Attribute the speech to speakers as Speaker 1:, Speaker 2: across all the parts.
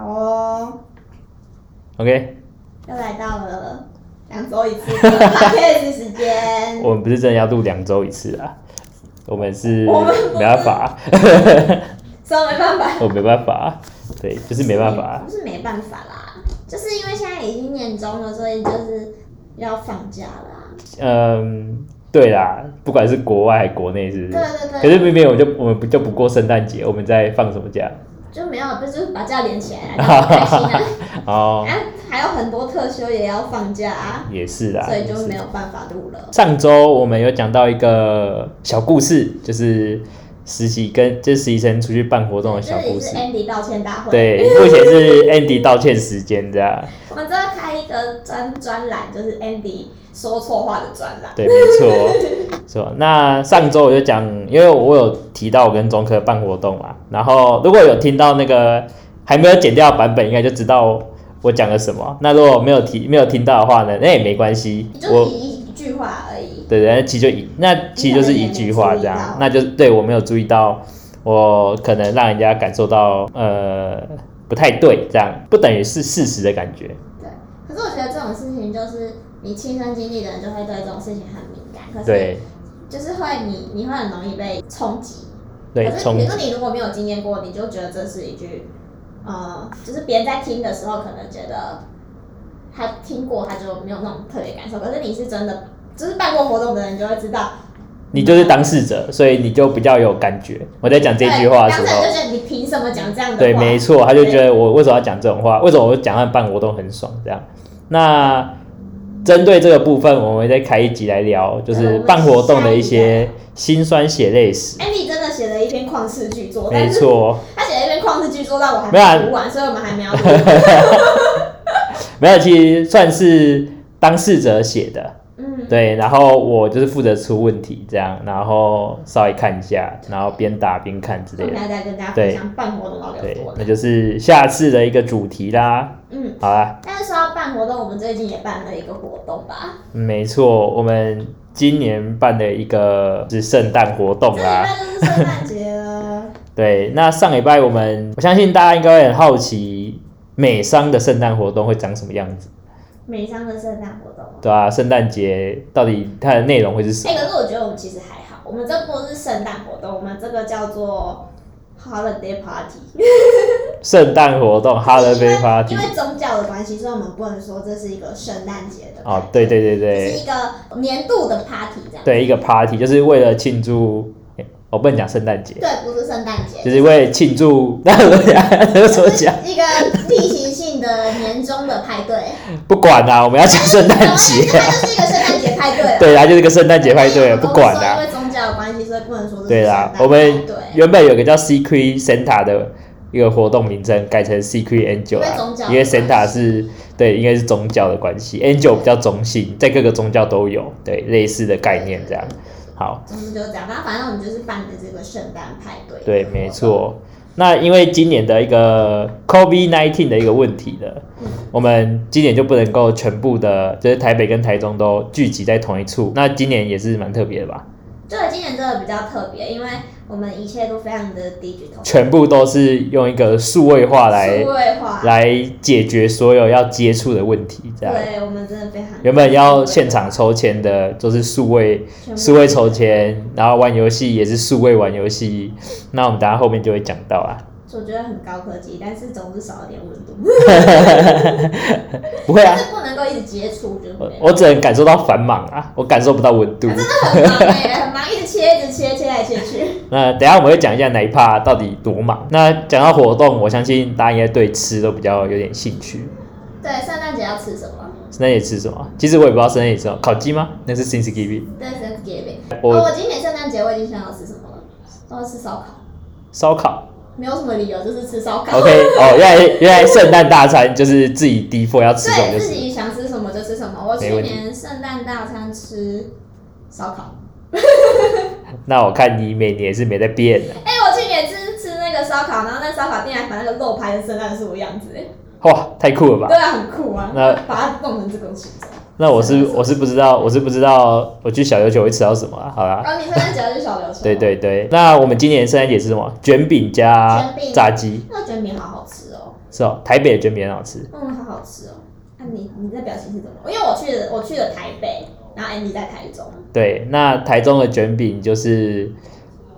Speaker 1: 哦 OK，
Speaker 2: 又来到了两周一次 的 podcast 时间。
Speaker 1: 我们不是真的要录两周一次啊，我们是
Speaker 2: 我们不是
Speaker 1: 没办法，啊
Speaker 2: 所以没办法，
Speaker 1: 我没办法，啊对，就是没办法啊
Speaker 2: 不，是没办法啦，就是因为现在已经年终了，所以就是要放假啦。
Speaker 1: 嗯，对啦，不管是国外还国内，是不是？
Speaker 2: 对对
Speaker 1: 嗯可
Speaker 2: 对，
Speaker 1: 是明明我们就我们不就不过圣诞节，我们在放什么假？
Speaker 2: 就没有，就是把假连起来，就很开心 啊。
Speaker 1: 哦，
Speaker 2: 啊，还有很多特休也要放假啊，
Speaker 1: 也是啦，
Speaker 2: 所以
Speaker 1: 也
Speaker 2: 就是没有办法录了。
Speaker 1: 上周我们有讲到一个小故事，就是实习跟就是实习生出去办活动的小
Speaker 2: 这
Speaker 1: 故
Speaker 2: 里
Speaker 1: 事
Speaker 2: 是。Andy 道歉大会，
Speaker 1: 对，目前是 Andy 道歉时间这样。
Speaker 2: 我们这要开一个专专栏，就是 Andy 说错话的专栏。
Speaker 1: 对，没错，是吧？那上周我就讲，因为我有提到我跟中科办活动嘛，然后如果有听到那个还没有剪掉的版本，应该就知道我讲了什么。那如果没有提没有听到的话呢，那也没关系
Speaker 2: 你，就
Speaker 1: 我
Speaker 2: 提一句话而已。
Speaker 1: 对，然后其实就一，那其实就是一句话这样，那就对我没有注意到，我可能让人家感受到呃不太对，这样不等于是事实的感觉。
Speaker 2: 对，可是我觉得这种事情就是你亲身经历的人就会对这种事情很敏感，可是
Speaker 1: 对
Speaker 2: 就是会你你会很容易被冲击。
Speaker 1: 对，
Speaker 2: 可是
Speaker 1: 冲
Speaker 2: 比
Speaker 1: 击
Speaker 2: 如说你如果没有经验过，你就觉得这是一句，呃，就是别人在听的时候可能觉得他听过他就没有那种特别感受，可是你是真的就是办过活动的人就会知道。
Speaker 1: 你就是当事者，所以你就比较有感觉。我在讲这句话的时
Speaker 2: 对当事人
Speaker 1: 候，
Speaker 2: 就觉得你凭什么讲这样的话？
Speaker 1: 对，没错，他就觉得我为什么要讲这种话？为什么我讲他们办活动很爽这样？那针对这个部分，我们再开一集来聊，就是办活动的一些辛酸血泪史。
Speaker 2: 安哎迪真的写了一篇旷世巨作，
Speaker 1: 没
Speaker 2: 但是
Speaker 1: 错，
Speaker 2: 他写了一篇旷世巨作，但我还
Speaker 1: 没有啊
Speaker 2: 没读完，所以我们还没有读。
Speaker 1: 没有，其实算是当事者写的，
Speaker 2: 嗯，
Speaker 1: 对。然后我就是负责出问题这样，然后稍微看一下，然后边打边看之
Speaker 2: 我
Speaker 1: 类
Speaker 2: 们
Speaker 1: 的。
Speaker 2: 要再跟大家分享办活动到底有
Speaker 1: 对
Speaker 2: 多，
Speaker 1: 那
Speaker 2: 难。
Speaker 1: 就是下次的一个主题啦。
Speaker 2: 嗯，
Speaker 1: 好啦，
Speaker 2: 但是说到办活动，我们最近也办了一个活动吧，
Speaker 1: 没错，我们今年办的一个是圣诞活动
Speaker 2: 这礼
Speaker 1: 啦。
Speaker 2: 拜就是圣诞节了。
Speaker 1: 对，那上礼拜我们，我相信大家应该会很好奇美商的圣诞活动会长什么样子，
Speaker 2: 美商的圣诞活动哦，
Speaker 1: 对吧、圣诞节到底它的内容会是什
Speaker 2: 哎、
Speaker 1: 么？
Speaker 2: 可是我觉得我们其实还好，我们这不是圣诞活动，我们这个叫做 holiday party，
Speaker 1: 圣诞活动 Holiday
Speaker 2: 因
Speaker 1: Party
Speaker 2: 为因为宗教的关系，所以我们不能说这是一个圣诞节的
Speaker 1: 哦，对对对
Speaker 2: 这是
Speaker 1: 对
Speaker 2: 一个年度的 party 这样。
Speaker 1: 对，一个 party 就是为了庆祝，哎我不能讲圣诞节，
Speaker 2: 对，不是圣诞节，
Speaker 1: 就是为了庆祝， 那怎么讲？那怎么讲？
Speaker 2: 一个例行性的年终的派对。
Speaker 1: 不管啦、我们要讲 圣诞节，
Speaker 2: 它就是一个圣诞节派对啊。
Speaker 1: 对啦，就是个圣诞节派对，不管啦、
Speaker 2: 啦。因为宗教的关系，所以不能说这是
Speaker 1: 对
Speaker 2: 圣
Speaker 1: 啦
Speaker 2: 诞
Speaker 1: 我们
Speaker 2: 派对，
Speaker 1: 原本有个叫 Secret Santa 的一个活动名称，改成 Secret Angel
Speaker 2: 因为宗
Speaker 1: 啦
Speaker 2: 教，的
Speaker 1: 因为
Speaker 2: 关系
Speaker 1: Santa 是对，应该是宗教的关系，Angel 比较中性，在各个宗教都有，对类似的概念这样。好，
Speaker 2: 我们就这样。那反正我们就是办的这个圣诞派对。
Speaker 1: 对，没。错。那因为今年的一个 COVID nineteen 的一个问题呢，
Speaker 2: 嗯
Speaker 1: 我们今年就不能够全部的，就是台北跟台中都聚集在同一处。那今年也是蛮特别的吧，
Speaker 2: 对，今年真的比较特别，因为我们一切都非常的 digital，
Speaker 1: 全部都是用一个数位化来
Speaker 2: 数位化。
Speaker 1: 来解决所有要接触的问题。这样，
Speaker 2: 对，我们真的非常。
Speaker 1: 原本要现场抽签的，就是数位
Speaker 2: 全部
Speaker 1: 数位抽签，然后玩游戏也是数位玩游戏。那我们等下后面就会讲到啊，
Speaker 2: 我觉得很高科技，但是总是少了点温度。
Speaker 1: 不会啊
Speaker 2: 但，是不能够一直接触，就是
Speaker 1: 我我只能感受到繁忙啊，我感受不到温度。
Speaker 2: 很忙哎、很忙，一直切，一直切，切来切去。
Speaker 1: 那等一下我们会讲一下哪一趴到底多忙。那讲到活动，我相信大家应该对吃都比较有点兴趣。
Speaker 2: 对，圣诞节要吃什么？
Speaker 1: 圣诞节吃什么？其实我也不知道圣诞节吃什么，烤鸡吗？那是 Thanksgiving。
Speaker 2: 对，Thanksgiving。
Speaker 1: 我
Speaker 2: 哦，我今年圣诞节我已经想要吃什么了，我要吃烧烤，
Speaker 1: 烧烤。
Speaker 2: 没有什么理由，就是吃烧烤。
Speaker 1: OK，哦，原来原来圣诞大餐就是自己 D f 要吃什么
Speaker 2: 对
Speaker 1: 就
Speaker 2: 自
Speaker 1: 是，
Speaker 2: 己想吃什么就吃什么。我去
Speaker 1: 没问题
Speaker 2: 年圣诞大餐吃烧烤，
Speaker 1: 那我看你每年是没在变的，
Speaker 2: 哎、我去年吃吃那个烧烤，然后那烧烤店还把那个肉排成圣诞树的样 子、哎，
Speaker 1: 哇，太酷了吧？
Speaker 2: 对啊，很酷啊，
Speaker 1: 那
Speaker 2: 把它弄成这种 形状。
Speaker 1: 那我是我是不知道，我是不知道我去小琉球会吃到什么啊、好啦，
Speaker 2: 然后你圣诞节要去小琉球，
Speaker 1: 对，对对，那我们今年圣诞节吃什么？卷饼加
Speaker 2: 卷饼
Speaker 1: 炸鸡，
Speaker 2: 那卷饼好好吃哦，
Speaker 1: 是哦，台北的卷饼很好吃，
Speaker 2: 嗯，好好吃哦。那、你你这表情是怎么？因为我去了我去了台北，然后 Andy 在台中，
Speaker 1: 对，那台中的卷饼就是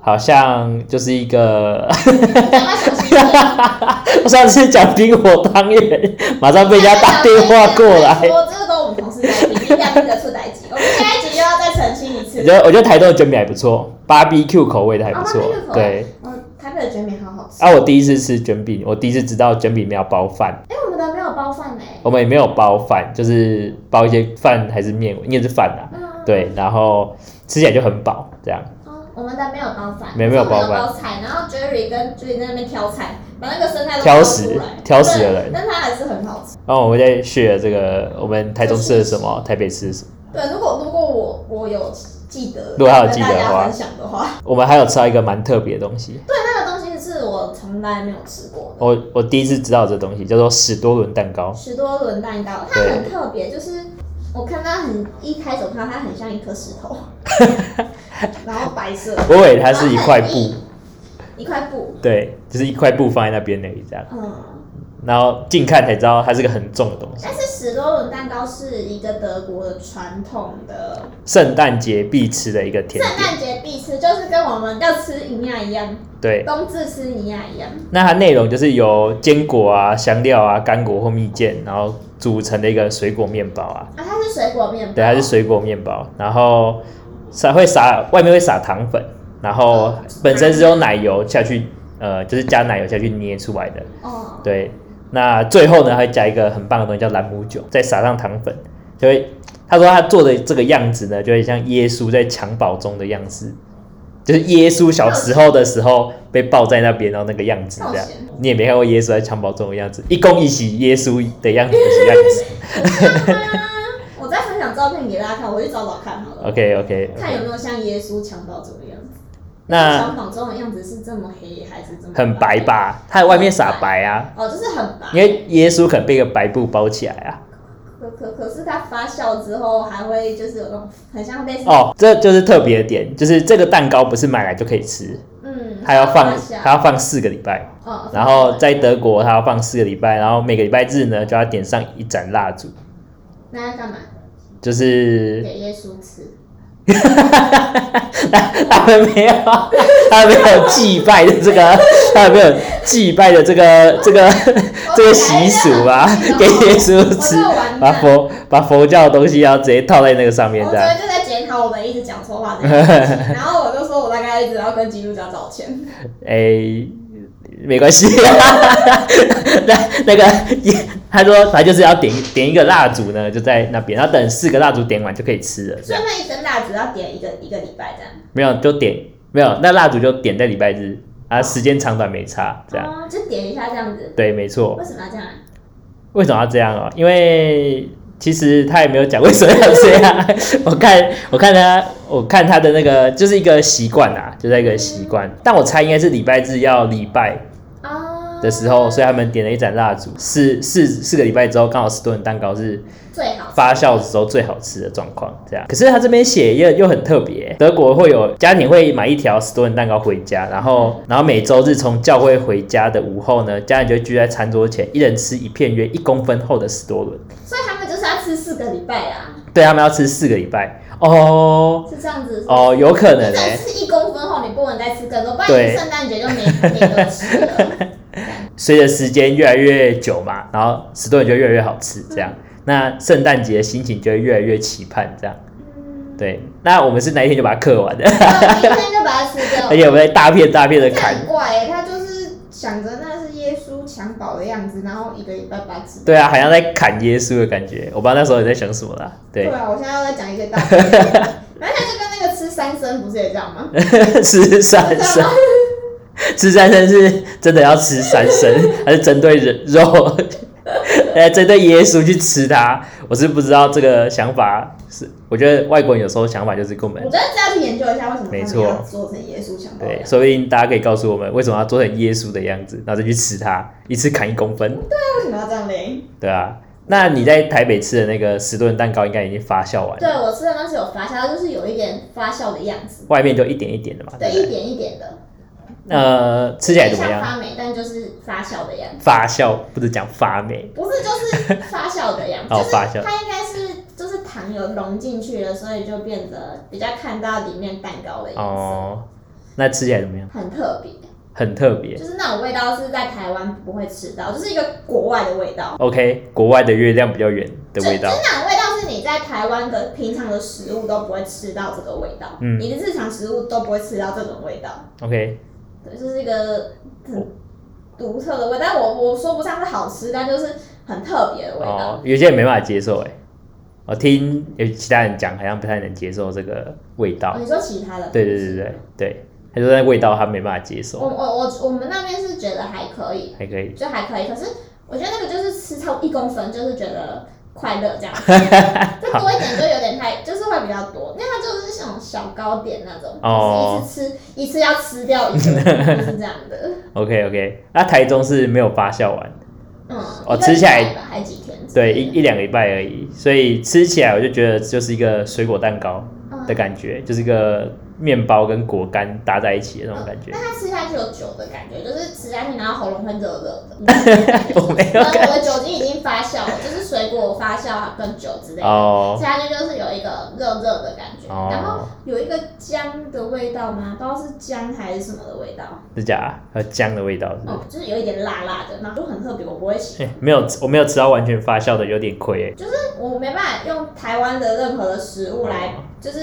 Speaker 1: 好像就是一个，
Speaker 2: 你要不要小心一点？
Speaker 1: 我上次讲冰火汤圆，马上被人家打电话过来。
Speaker 2: 我这个都我们同事在听，你应该听得出来几。我们下一集又要再澄清一次
Speaker 1: 我觉。得我觉得台中的卷饼还不错，BBQ 口味的还不错
Speaker 2: 哦，barbecue 口味。
Speaker 1: 对，
Speaker 2: 嗯，台北的卷饼好好吃。
Speaker 1: 啊，我第一次吃卷饼，我第一次知道卷饼没有包饭，
Speaker 2: 哎、我们的没有包饭哎、
Speaker 1: 我们也没有包饭，就是包一些饭还是面，应该是饭啊。
Speaker 2: 嗯，
Speaker 1: 对，然后吃起来就很饱，这样。
Speaker 2: 哦，我们的没有包饭，
Speaker 1: 没没有包饭
Speaker 2: 我们有包菜，然后 Jerry 跟 Jerry 在那边挑菜，把那个生菜都
Speaker 1: 挑食
Speaker 2: 出来
Speaker 1: 挑食的
Speaker 2: 对
Speaker 1: 人
Speaker 2: 但它还是很好吃。
Speaker 1: 然后我们在 share 这个我们台中吃的什么，台北吃的什么。
Speaker 2: 对，如果如果我我有记得，
Speaker 1: 如果还有记得的话
Speaker 2: 跟大家分享的话，
Speaker 1: 我们还有吃到一个蛮特别的东西，
Speaker 2: 对，那个东西是我从来没有吃过的，
Speaker 1: 我我第一次知道这东西叫做史多伦蛋糕，
Speaker 2: 史多伦蛋糕，它
Speaker 1: 对
Speaker 2: 很特别，就是我看它很一开始我看到它很像一颗石头， 然后白色，
Speaker 1: 我以为它是一块
Speaker 2: 哦
Speaker 1: 布，，
Speaker 2: 一块布，
Speaker 1: 对，就是一块布放在那边而已这样。
Speaker 2: 嗯。
Speaker 1: 然后近看才知道它是个很重的东西，
Speaker 2: 但是史多伦蛋糕是一个德国的传统的
Speaker 1: 圣诞节必吃的一个
Speaker 2: 圣
Speaker 1: 甜点。
Speaker 2: 诞节必吃，就是跟我们要吃营养一样，
Speaker 1: 对，
Speaker 2: 冬至吃营养一样。
Speaker 1: 那它内容就是由坚果啊、香料啊、干果或蜜饯，然后组成的一个水果面包啊。
Speaker 2: 啊，它是水果面包，
Speaker 1: 对，它是水果面包，然后撒会撒外面会撒糖粉，然后本身是用奶油下去，呃，就是加奶油下去捏出来的。
Speaker 2: 哦，
Speaker 1: 对，那最后呢，还加一个很棒的东西叫兰姆酒，再撒上糖粉，就会他说他做的这个样子呢，就会像耶稣在襁褓中的样子，就是耶稣小时候的时候被抱在那边，然后那个样子这样
Speaker 2: 冒险。
Speaker 1: 你也没看过耶稣在襁褓中的样子，一公一喜耶稣的样子的样 子。
Speaker 2: 我再分享照片给大家看，我去找找看好了
Speaker 1: OK OK，
Speaker 2: 看有没有像耶稣强暴这个样子。
Speaker 1: 那
Speaker 2: 强暴这种样子是这么黑还是这么
Speaker 1: 很白？吧？它外面撒白啊，
Speaker 2: 哦，就是很白，
Speaker 1: 因为耶稣可能被一个白布包起来啊。
Speaker 2: 可可可是它发酵之后还会就是有那种很像类似，
Speaker 1: 哦，这就是特别的点，就是这个蛋糕不是买来就可以吃，
Speaker 2: 嗯，
Speaker 1: 它要放
Speaker 2: 发酵
Speaker 1: 它要放四个礼拜。
Speaker 2: 哦
Speaker 1: 然后在德国，他要放四个礼拜，然后每个礼拜日呢就要点上一盏蜡烛，
Speaker 2: 那要干嘛？
Speaker 1: 就是
Speaker 2: 给耶稣吃。
Speaker 1: 他们没有，他们没有祭拜的这个，他们没有祭拜的这个这个这个习俗啊，
Speaker 2: 哦
Speaker 1: 给耶稣吃
Speaker 2: 我这个完，蛋
Speaker 1: 把佛把佛教的东西要直接套在那个上面
Speaker 2: 我
Speaker 1: 这
Speaker 2: 昨
Speaker 1: 样。
Speaker 2: 天就在检讨我们一直讲错话这件事 情，然后我就说我大概一直要跟基督教找钱，
Speaker 1: 哎、没关系， 那那个也他说他就是要点点一个蜡烛呢，就在那边，然后等四个蜡烛点完就可以吃了，这
Speaker 2: 所以
Speaker 1: 样
Speaker 2: 那一根蜡烛要点一个一个礼拜这样。
Speaker 1: 没有就点没有，那蜡烛就点在礼拜日啊，时间长短没差，这样
Speaker 2: 哦，就点一下这样子。
Speaker 1: 对，没错
Speaker 2: 为。什么要这样啊？
Speaker 1: 为什么要这样哦？因为其实他也没有讲为什么要这样， 我看我看他我看他的那个就是一个习惯啊，就是一个习惯，但我猜应该是礼拜日要礼拜。
Speaker 2: 哦，
Speaker 1: 的时候，所以他们点了一盏蜡烛。四四四个礼拜之后，刚好斯顿蛋糕是
Speaker 2: 最好
Speaker 1: 发酵的时候最好吃的状况。这样，可是他这边写又又很特别，德国会有家庭会买一条斯顿蛋糕回家，然后然后每周日从教会回家的午后呢，家人就聚在餐桌前，一人吃一片约一公分厚的斯多伦。
Speaker 2: 所以他们就是要吃四个礼拜啦，
Speaker 1: 对他们要吃四个礼拜哦
Speaker 2: 是这样子。
Speaker 1: 哦，有可能
Speaker 2: 你再
Speaker 1: 哎、
Speaker 2: 吃一公分后，你不能再吃更多，不然你
Speaker 1: 对
Speaker 2: 圣诞节就没没得吃 了。
Speaker 1: 随着时间越来越久嘛，然后斯顿就越来越好吃，这样，那圣诞节的心情就会越来越期盼，这样。对，那我们是哪一天就把它刻完的，
Speaker 2: 哦我今天就把它吃掉
Speaker 1: 而。且我们在大片大片的
Speaker 2: 这
Speaker 1: 砍
Speaker 2: 很。怪耶、他就是想着那是耶稣襁褓的样子，然后一个礼拜把它吃掉。
Speaker 1: 对啊，好像在砍耶稣的感觉，我不知道那时候你在想什么啦。对，
Speaker 2: 啊，我现在又在讲一些大白话反正他就跟那个吃三生不是也这样吗？
Speaker 1: 吃 三生， 吃三生是真的要吃三生，还是针对人肉， 来针对耶稣去吃它？我是不知道这个想法是，我觉得外国人有时候想法就是跟我
Speaker 2: 我
Speaker 1: 们
Speaker 2: 觉得这要去研究一下为什么
Speaker 1: 没
Speaker 2: 他
Speaker 1: 错
Speaker 2: 们要做成耶稣襁褓的
Speaker 1: 对，
Speaker 2: 样子。
Speaker 1: 说不定大家可以告诉我们为什么要做成耶稣的样子，然后再去吃它，一次砍一公分，
Speaker 2: 为什么要这样嘞？
Speaker 1: 对啊。那你在台北吃的那个十顿蛋糕应该已经发酵完
Speaker 2: 对
Speaker 1: 了，
Speaker 2: 我吃的那是有发酵，它就是有一点发酵的样子，
Speaker 1: 外面就一点一点的嘛，
Speaker 2: 对，
Speaker 1: 不
Speaker 2: 一
Speaker 1: 对？
Speaker 2: 点一点的。
Speaker 1: 呃，吃起来怎么
Speaker 2: 像
Speaker 1: 样？
Speaker 2: 发霉，但就是发酵的样子，
Speaker 1: 发酵不是讲发霉，
Speaker 2: 不是就是发酵的样子，
Speaker 1: 哦
Speaker 2: 就是
Speaker 1: 发酵
Speaker 2: 它应该是就是糖有融进去了，所以就变得比较看到里面蛋糕的颜色，
Speaker 1: 哦，那吃起来怎么样？
Speaker 2: 很特别，
Speaker 1: 很特别。
Speaker 2: 就是那种味道是在台湾不会吃到，就是一个国外的味道。
Speaker 1: OK，国外的月亮比较圆的味道
Speaker 2: 就，就是那种味道是你在台湾的平常的食物都不会吃到这个味道，
Speaker 1: 嗯
Speaker 2: 你的日常食物都不会吃到这种味道。
Speaker 1: OK，
Speaker 2: 对，就是一个
Speaker 1: 哦
Speaker 2: 很独特的味，但我我说不上是好吃，但就是很特别的味道。
Speaker 1: 哦，有些人没办法接受哎、我听有其他人讲，好像不太能接受这个味道
Speaker 2: 哦。你说其他的？
Speaker 1: 对对对对对，他说那味道他没办法接
Speaker 2: 我
Speaker 1: 受，
Speaker 2: 我我我们那边是觉得还可以，
Speaker 1: 还可以。
Speaker 2: 就还可以，可是我觉得那个就是吃超一公分，就是觉得快乐这 样子，再多一点就有点太，就是会比较多，因为它就是像小糕点那种，
Speaker 1: 哦
Speaker 2: 就是一次吃一次要吃掉一个，就是这样的。
Speaker 1: OK OK，那、啊台中是没有发酵完，
Speaker 2: 嗯，
Speaker 1: 哦
Speaker 2: 一个
Speaker 1: 吃起来
Speaker 2: 礼拜吧还几天之类
Speaker 1: 对，
Speaker 2: 的？
Speaker 1: 一一两个礼拜而已，所以吃起来我就觉得就是一个水果蛋糕
Speaker 2: 嗯
Speaker 1: 的感觉，就是一个面包跟果干搭在一起的那种感觉。
Speaker 2: 那它吃下去有酒的感觉，就是吃下去然后喉咙会热热 的。
Speaker 1: 我没有
Speaker 2: 然后
Speaker 1: 看
Speaker 2: 我的酒精已经发酵了，就是水果发酵啊跟酒之类的，
Speaker 1: 哦
Speaker 2: 吃下去就是有一个热热的感觉， 然后
Speaker 1: 哦，
Speaker 2: 有一个姜的味道吗？不知道是姜还是什么的味道，
Speaker 1: 是假的，还有姜的味道是不是
Speaker 2: 哦，就是有一点辣辣的，然后就很特别，我不会喜欢，
Speaker 1: 哎没有，我没有吃到完全发酵的，有点亏哎、
Speaker 2: 我没办法用台湾的任何的食物来
Speaker 1: 哦
Speaker 2: 就是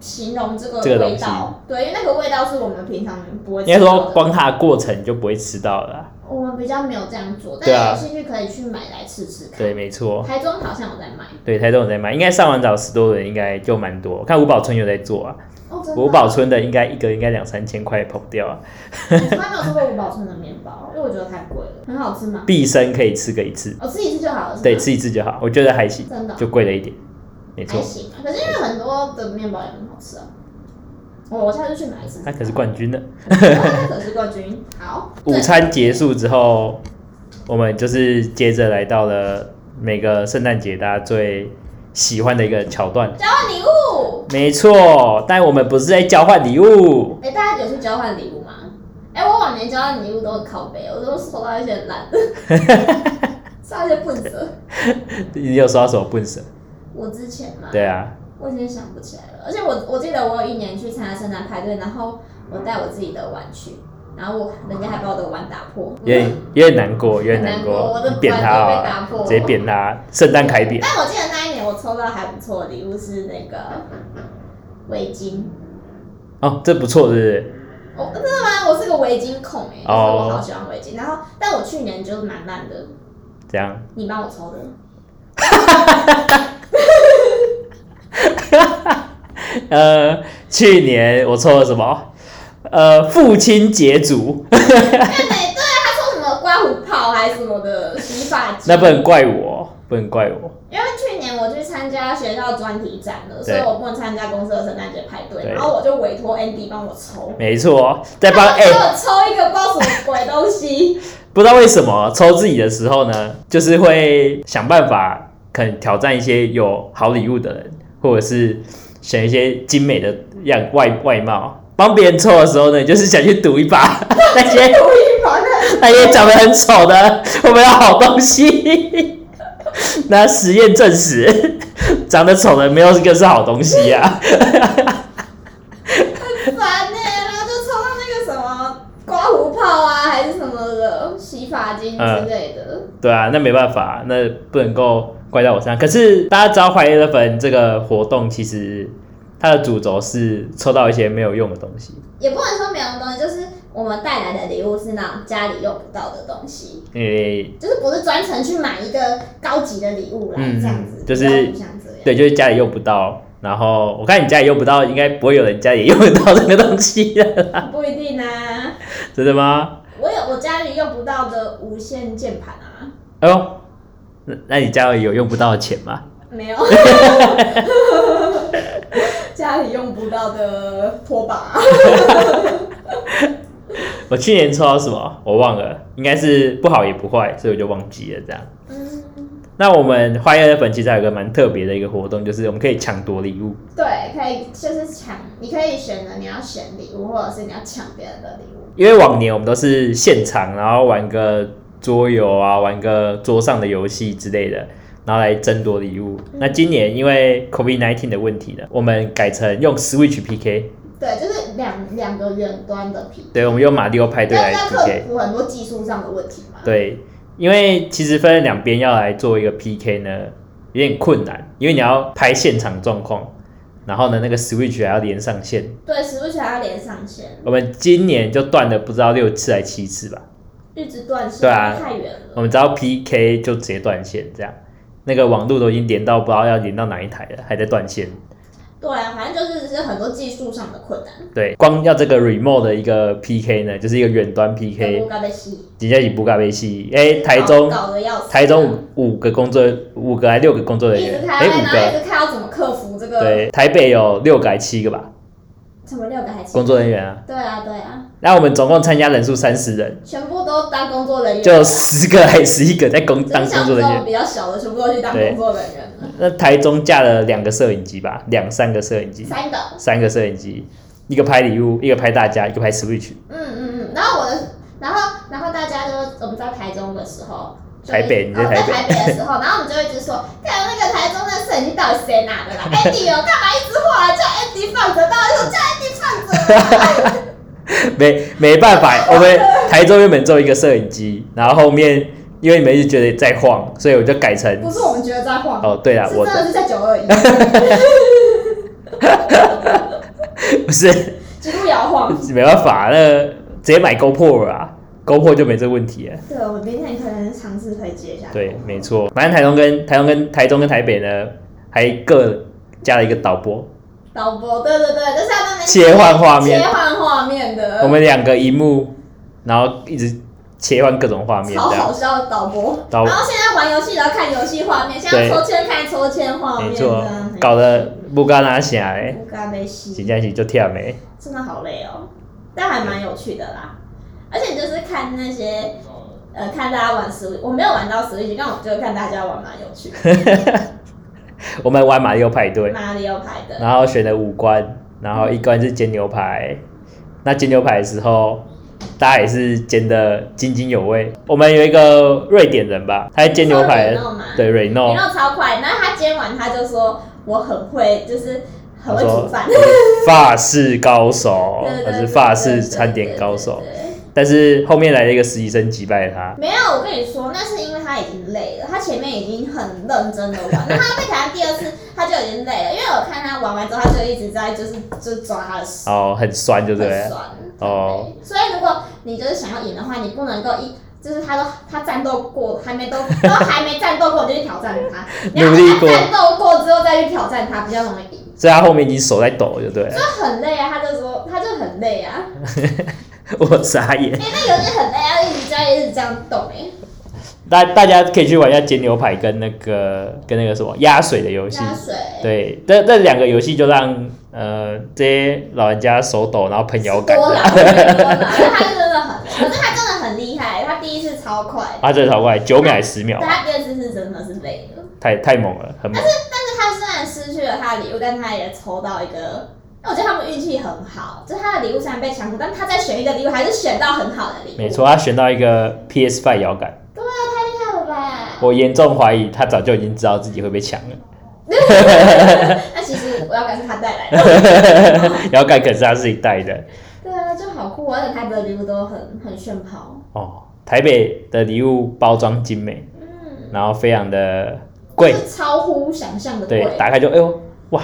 Speaker 2: 形容这个
Speaker 1: 这个
Speaker 2: 味
Speaker 1: 东西
Speaker 2: 道，对，因为那个味道是我们平常不会吃
Speaker 1: 应该
Speaker 2: 到
Speaker 1: 说
Speaker 2: 的。
Speaker 1: 光它的过程就不会吃到了啊啦。
Speaker 2: 我们比较没有这样做，
Speaker 1: 对啊
Speaker 2: 但有兴趣可以去买来吃吃看。
Speaker 1: 对，没错。
Speaker 2: 台中好像有在卖
Speaker 1: 对，台中有在卖，应该上完早十多人应该就蛮多。我看五宝村有在做啊，
Speaker 2: 哦，真的
Speaker 1: 五宝村的应该一个应该两三千块跑不掉啊，
Speaker 2: 我从来没有吃过五宝村的面包，因为我觉得太贵了。很好吃吗？
Speaker 1: 毕生可以吃个一次，
Speaker 2: 我、吃一次就好了，是吗
Speaker 1: 对，吃一次就好，我觉得还行，
Speaker 2: 真的哦
Speaker 1: 就贵了一点，没
Speaker 2: 还
Speaker 1: 错。
Speaker 2: 行啊。可是因为很多的面包也很好吃啊。我我下次去买一次。
Speaker 1: 他可 是冠军呢。
Speaker 2: 他可是冠军。好，
Speaker 1: 午餐结束之后，我们就是接着来到了每个圣诞节大家最喜欢的一个桥段，
Speaker 2: 交换礼物。
Speaker 1: 没错。但我们不是在交换礼物，
Speaker 2: 哎、大家有去交换礼物吗？哎、我往年交换礼物都很靠背，我都收到一些很 烂的，收到一些笨折。
Speaker 1: 你有收到什么笨手？
Speaker 2: 我之前嘛，
Speaker 1: 对啊，
Speaker 2: 我已经想不起来了。而且我我记得我有一年去参加圣诞派对，然后我带我自己的碗去，然后我人家还把我的碗打破。
Speaker 1: 有点有点难过，有点
Speaker 2: 很
Speaker 1: 难
Speaker 2: 难过
Speaker 1: 过
Speaker 2: 我的，
Speaker 1: 扁他
Speaker 2: 碗
Speaker 1: 好
Speaker 2: 都被打
Speaker 1: 了
Speaker 2: 破
Speaker 1: 直接扁他，圣诞开扁。
Speaker 2: 但我记得那一年我抽到还不错的礼物是那个围巾。
Speaker 1: 哦，这不错，是不是？
Speaker 2: 哦，真的吗？我是个围巾控哎、欸，就是
Speaker 1: 哦
Speaker 2: 我好喜欢围巾。然后，但我去年就是蛮烂的，
Speaker 1: 这样，
Speaker 2: 你帮我抽的。
Speaker 1: 呃，去年我抽了什么？呃，父亲节组，
Speaker 2: 哎，对，他说什么刮胡泡还是什么的洗发剂，
Speaker 1: 那不能怪我，不能怪我。
Speaker 2: 因为去年我去参加学校专题展了，所以
Speaker 1: 对
Speaker 2: 我不能参加公司的圣诞节派对，
Speaker 1: 对
Speaker 2: 然后我就委托 Andy 帮我抽，
Speaker 1: 没错，在帮哎、
Speaker 2: 给我抽一个不知道什么 鬼东 西，
Speaker 1: 不知道为什么抽自己的时候呢，就是会想办法，可能挑战一些有好礼物的人，或者是选一些精美的样外外貌。帮别人抽的时候呢，就是想去赌一把 那些
Speaker 2: 故意把那
Speaker 1: 那些长得很丑的， 我们要好东西。 那实验证实， 长得丑的没有一个是好东西啊。
Speaker 2: 很烦呢、然后就抽到那个什么刮胡泡啊，还是什么的洗发精
Speaker 1: 嗯
Speaker 2: 之类的，
Speaker 1: 对啊，那没办法，那不能够怪到我身上。可是大家知道怀疑的粉这个活动，其实它的主轴是抽到一些没有用的东西。
Speaker 2: 也不能说没有东西，就是我们带来的礼物是那种家里用不到的东西。
Speaker 1: 诶、
Speaker 2: 就是不是专程去买一个高级的礼物来、
Speaker 1: 嗯
Speaker 2: 这样子，
Speaker 1: 就是
Speaker 2: 比较不像这样。
Speaker 1: 对，就是家里用不到。然后我看你家里用不到，应该不会有人家里用得到这个东西的，
Speaker 2: 不一定啊，
Speaker 1: 真的吗？
Speaker 2: 我有我家里用不到的无线键盘啊，
Speaker 1: 哎呦，那那你家里有用不到的钱吗？
Speaker 2: 没有， 家里用不到的拖把啊、
Speaker 1: 我去年抽到什么？我忘了，应该是不好也不坏，所以我就忘记了这样。
Speaker 2: 嗯，
Speaker 1: 那我们花叶的粉其实还有个蛮特别的一个活动，就是我们可以抢夺礼物。
Speaker 2: 对，可以就是抢，你可以选择你要选礼物，或者是你要抢别人的礼物。
Speaker 1: 因为往年我们都是现场，然后玩个桌游啊，玩个桌上的游戏之类的，然后来争夺礼物。那今年因为 COVID 1 9的问题呢，我们改成用 Switch PK，
Speaker 2: 对，就是两两个远端的 P，
Speaker 1: 对，我们用马里奥派对
Speaker 2: 但
Speaker 1: 来
Speaker 2: 是要克
Speaker 1: PK，
Speaker 2: 服很多技术上的问题嘛。
Speaker 1: 对，因为其实分两边要来做一个 PK 呢，有点困难，因为你要拍现场状况，然后呢那个 Switch 还要连上线。
Speaker 2: 对，时不时还要连上线，
Speaker 1: 我们今年就断了不知道六次还七次吧，
Speaker 2: 日子断线
Speaker 1: 对啊
Speaker 2: 太远了。
Speaker 1: 我们只要 PK 就直接断线，这样那个网络都已经连到不知道要连到哪一台了，还在断线。
Speaker 2: 对啊，反正就是是很多技术上的困难。
Speaker 1: 对，光要这个 remote 的一个 PK 呢，就是一个远端 PK，
Speaker 2: 我搞的戏，
Speaker 1: 底下起布咖啡系，哎、台中
Speaker 2: 嗯搞得要死。
Speaker 1: 台中五五个工作五个还六个工作人
Speaker 2: 一直
Speaker 1: 员，
Speaker 2: 开会，
Speaker 1: 哎、
Speaker 2: 然
Speaker 1: 五
Speaker 2: 后
Speaker 1: 个，
Speaker 2: 一直看要怎么克服这个
Speaker 1: 对，台北有六个还七个吧，
Speaker 2: 什么六个还是
Speaker 1: 工作人员啊。
Speaker 2: 对啊对啊，
Speaker 1: 那我们总共参加人数三十人，
Speaker 2: 全部都当工作人员，
Speaker 1: 就十个还十一个在工
Speaker 2: 只是
Speaker 1: 当工
Speaker 2: 像
Speaker 1: 作
Speaker 2: 这
Speaker 1: 人
Speaker 2: 种
Speaker 1: 员。
Speaker 2: 比较小的，全部都去当工作人员了。
Speaker 1: 那台中架了两个摄影机吧，两三个摄影机。
Speaker 2: 三个，
Speaker 1: 三个摄影机，一个拍礼物，一个拍大家，一个拍 Switch。
Speaker 2: 嗯嗯嗯，然后我的，然后然后大家就我们在台中的时候。就会
Speaker 1: 台北你在
Speaker 2: 哦
Speaker 1: 台北
Speaker 2: 台北的时候，然后我们就一直说， 看那个台中的摄影机到底谁拿的 啦？Andy 哦，干嘛一直画？叫 Andy 放着，到底说叫 Andy 放着啦，
Speaker 1: 没没办法，我们台中原本只有一个摄影机，然后后面因为你们一直觉得在晃，所以我就改成
Speaker 2: 不是我们觉得在晃，
Speaker 1: 哦，对了，
Speaker 2: 是
Speaker 1: 我
Speaker 2: 真的
Speaker 1: 的
Speaker 2: 是在九 二一，
Speaker 1: 不是
Speaker 2: 极度摇晃。
Speaker 1: 没办法，那直接买 GoPro 啊，GoPro 就没这问题了。
Speaker 2: 对，我明天可能尝试推荐一下。
Speaker 1: 对，没错，反正台中跟台中跟台中跟台北呢，还各加了一个导播，
Speaker 2: 导播，对对对，就是他们
Speaker 1: 切换画面
Speaker 2: 切换画面的，
Speaker 1: 我们两个荧幕，然后一直切换各种画面
Speaker 2: 超
Speaker 1: 这
Speaker 2: 好
Speaker 1: 样。
Speaker 2: 笑的导播。
Speaker 1: 导
Speaker 2: 然后现在玩游戏也要看游戏画面，现在
Speaker 1: 对
Speaker 2: 抽签看抽签画面，
Speaker 1: 没
Speaker 2: 真
Speaker 1: 错
Speaker 2: 的很，
Speaker 1: 搞得不干哪下哎。
Speaker 2: 不干被吸
Speaker 1: 真，正是就忝的，
Speaker 2: 真的好累哦，但还蛮有趣的啦。而且就是看那些呃，看大家玩 Switch，我没有玩到 Switch，但我就看大家玩蛮有趣的。
Speaker 1: 我们玩马里奥派 对，
Speaker 2: 马里奥牌的，
Speaker 1: 然后选了五关，然后一关是煎牛排。那煎牛排的时候，大家也是煎的津津有味。我们有一个瑞典人吧，他在煎牛排
Speaker 2: 你知道 Reno 哦吗，
Speaker 1: 对瑞
Speaker 2: 你
Speaker 1: 诺，
Speaker 2: 肉超快。然后他今完他就说我很会，就是很
Speaker 1: 他
Speaker 2: 会煮
Speaker 1: 说
Speaker 2: 饭。
Speaker 1: 法式高手
Speaker 2: 对，
Speaker 1: 哦他
Speaker 2: 对
Speaker 1: 是
Speaker 2: 对
Speaker 1: 法
Speaker 2: 对
Speaker 1: 式
Speaker 2: 对
Speaker 1: 餐
Speaker 2: 对
Speaker 1: 点
Speaker 2: 对
Speaker 1: 高
Speaker 2: 对
Speaker 1: 手。
Speaker 2: 对
Speaker 1: 但是后面来了一个实习生击败了他，
Speaker 2: 没有，我跟你说，那是因为他已经累了，他前面已经很认真的玩，那他被弹第二次他就已经累了，因为我看他玩完之后，他就一直在就是就抓他的手，
Speaker 1: 哦，很酸，对不对
Speaker 2: 很？酸。
Speaker 1: 哦
Speaker 2: 对，所以如果你就是想要赢的话，你不能够一。就是他都他战斗过，还没都都还没战斗过，你就去挑战他。你要
Speaker 1: 努力
Speaker 2: 等他
Speaker 1: 过
Speaker 2: 战斗过之后再去挑战他，比较容易 赢。
Speaker 1: 所以他后面已经手在抖，就对了
Speaker 2: 就。很累啊，他就说他就很累啊，
Speaker 1: 我傻眼。
Speaker 2: 因为那游戏很累啊，一直在一直这样动哎、
Speaker 1: 大大家可以去玩一下煎牛排跟那个跟那个什么压水的游戏。
Speaker 2: 加水。
Speaker 1: 对，这这两个游戏就让呃这些老人家手抖，然后喷摇杆
Speaker 2: 多
Speaker 1: 的。
Speaker 2: 啦，多啦，但他真的很，可是他真的很厉害，他第一次超快，
Speaker 1: 啊，这个超快，九秒还是十秒
Speaker 2: 但，他第二次是真的是累了。
Speaker 1: 太太猛了，很猛。
Speaker 2: 但是他虽然失去了他的礼物，但他也抽到一个。那我觉得他们运气很好，就是他的礼物虽然被抢走，但他在选一个礼物还是选到很好的礼物。
Speaker 1: 没错，，他选到一个 PS Five 摇杆，
Speaker 2: 对啊，太厉害了吧！
Speaker 1: 我严重怀疑他早就已经知道自己会被抢了。
Speaker 2: 那其实我要感谢他带来的。
Speaker 1: 摇杆可是他自己带的
Speaker 2: 对啊，就好酷，而且他的礼物都很很炫跑。
Speaker 1: 哦。台北的礼物包装精美，
Speaker 2: 嗯，
Speaker 1: 然后非常的贵
Speaker 2: 就，是超乎想象的
Speaker 1: 对
Speaker 2: 贵。，
Speaker 1: 打开就哎呦哇，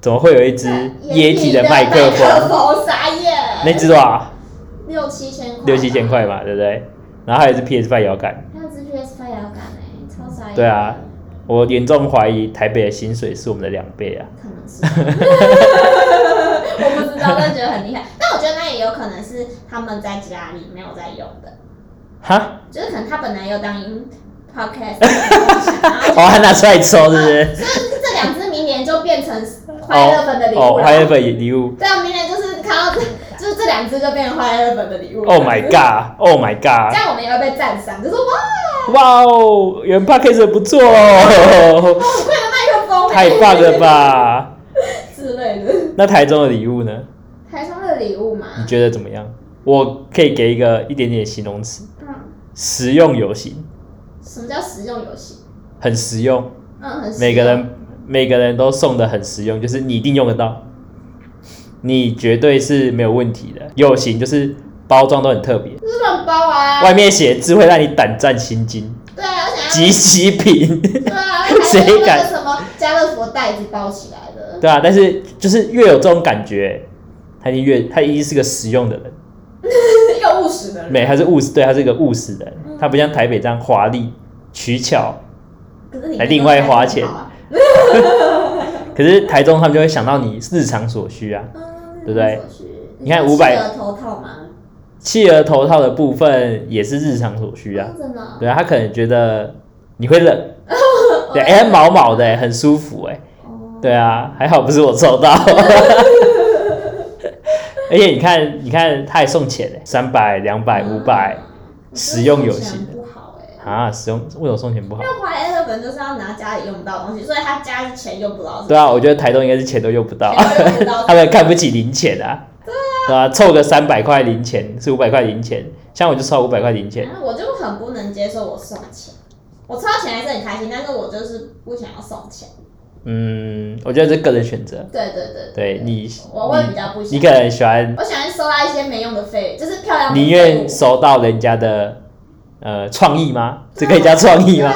Speaker 1: 怎么会有一只液体的麦克
Speaker 2: 麦克
Speaker 1: 风？
Speaker 2: 风傻眼。
Speaker 1: 那只多少？
Speaker 2: 六七千块，
Speaker 1: 六七千，块嘛，对不对？然后还有一支 PS 5摇杆，
Speaker 2: 还有 GPS 拍摇杆哎，超傻眼。
Speaker 1: 对啊，我严重怀疑台北的薪水是我们的两倍啊！
Speaker 2: 可能是，我不知道，但觉得很厉害。但我觉得那也有可能是他们在家里没有在用的，
Speaker 1: 哈，
Speaker 2: 就是可能他本来有当 podcast，然后
Speaker 1: 哦，还拿出来抽，是不是？
Speaker 2: 就是这两只 明年就变成快乐粉的礼物
Speaker 1: 哦，还有一
Speaker 2: 了。
Speaker 1: 份礼物，
Speaker 2: 对啊，明年就是看到这，就是这两只就变成花样日本的礼物。
Speaker 1: Oh my god！Oh my
Speaker 2: 这
Speaker 1: god！
Speaker 2: 样我们也会被赞赏，就是哇，
Speaker 1: 哇哦，原 p a c k a g e 不错 哦，
Speaker 2: 好贵的麦克风、欸，
Speaker 1: 太棒了吧！
Speaker 2: 之类的。
Speaker 1: 那台中的礼物呢？
Speaker 2: 台中的礼物嘛，
Speaker 1: 你觉得怎么样？我可以给一个一点点形容词，
Speaker 2: 嗯，
Speaker 1: 实用有型，
Speaker 2: 什么叫实用游戏？
Speaker 1: 很实用，
Speaker 2: 嗯，很实用
Speaker 1: 每个人每个人都送的很实用，就是你一定用得到，你绝对是没有问题的。有型就是包装都很特别，
Speaker 2: 日本包啊，
Speaker 1: 外面写“智慧让你胆战心惊
Speaker 2: 对啊，而”，且
Speaker 1: 极其品，
Speaker 2: 对啊，还是
Speaker 1: 谁
Speaker 2: 用那
Speaker 1: 敢
Speaker 2: 个什么家乐福的袋子包起来的，
Speaker 1: 对啊，但是就是越有这种感觉，他已经越他已经是个实用的人，
Speaker 2: 一个务实的人。
Speaker 1: 没，他是务实，对，他是一个务实的人，
Speaker 2: 嗯
Speaker 1: 他不像台北这样华丽取巧，
Speaker 2: 可是你
Speaker 1: 还另外花钱可是台中他们就会想到你日常所需啊。
Speaker 2: 嗯，
Speaker 1: 对不
Speaker 2: 那
Speaker 1: 对
Speaker 2: 种手续？
Speaker 1: 你看
Speaker 2: 是
Speaker 1: 500
Speaker 2: 适合头套吗？
Speaker 1: 企鹅头套的部分也是日常所需啊
Speaker 2: 哦，真的哦。
Speaker 1: 对啊，他可能觉得你会冷，对，哎、毛毛的、很舒服、哎，
Speaker 2: 哦
Speaker 1: 对啊，还好不是我抽到。 而且你看，你看，他还送钱哎，三百、两百、五百
Speaker 2: 嗯
Speaker 1: 实用有型
Speaker 2: 我觉得这种钱不好哎、
Speaker 1: 啊，使用为什么送钱不好
Speaker 2: 因？为华莱士本就是要拿家里用不到的东西，所以他家里钱用不到。
Speaker 1: 对啊啊，我觉得台东应该是钱都用不到，
Speaker 2: 钱都用不到
Speaker 1: 他们看不起零钱啊，对啊，凑个三百块零钱是五百块零钱，像我就凑五百块零钱，
Speaker 2: 然后啊我就很不能接受我送钱，我抽到钱还是很开心，但是我就是不想要送钱。
Speaker 1: 嗯，我觉得这个人选择，
Speaker 2: 对对对
Speaker 1: 对你，
Speaker 2: 我我也比较不
Speaker 1: 你
Speaker 2: 喜
Speaker 1: 可
Speaker 2: 欢，
Speaker 1: 能喜欢
Speaker 2: 我喜欢收到一些没用的费，就是漂亮的
Speaker 1: 宁
Speaker 2: 废
Speaker 1: 愿
Speaker 2: 物
Speaker 1: 收到人家的呃创意吗？这可以叫创意吗？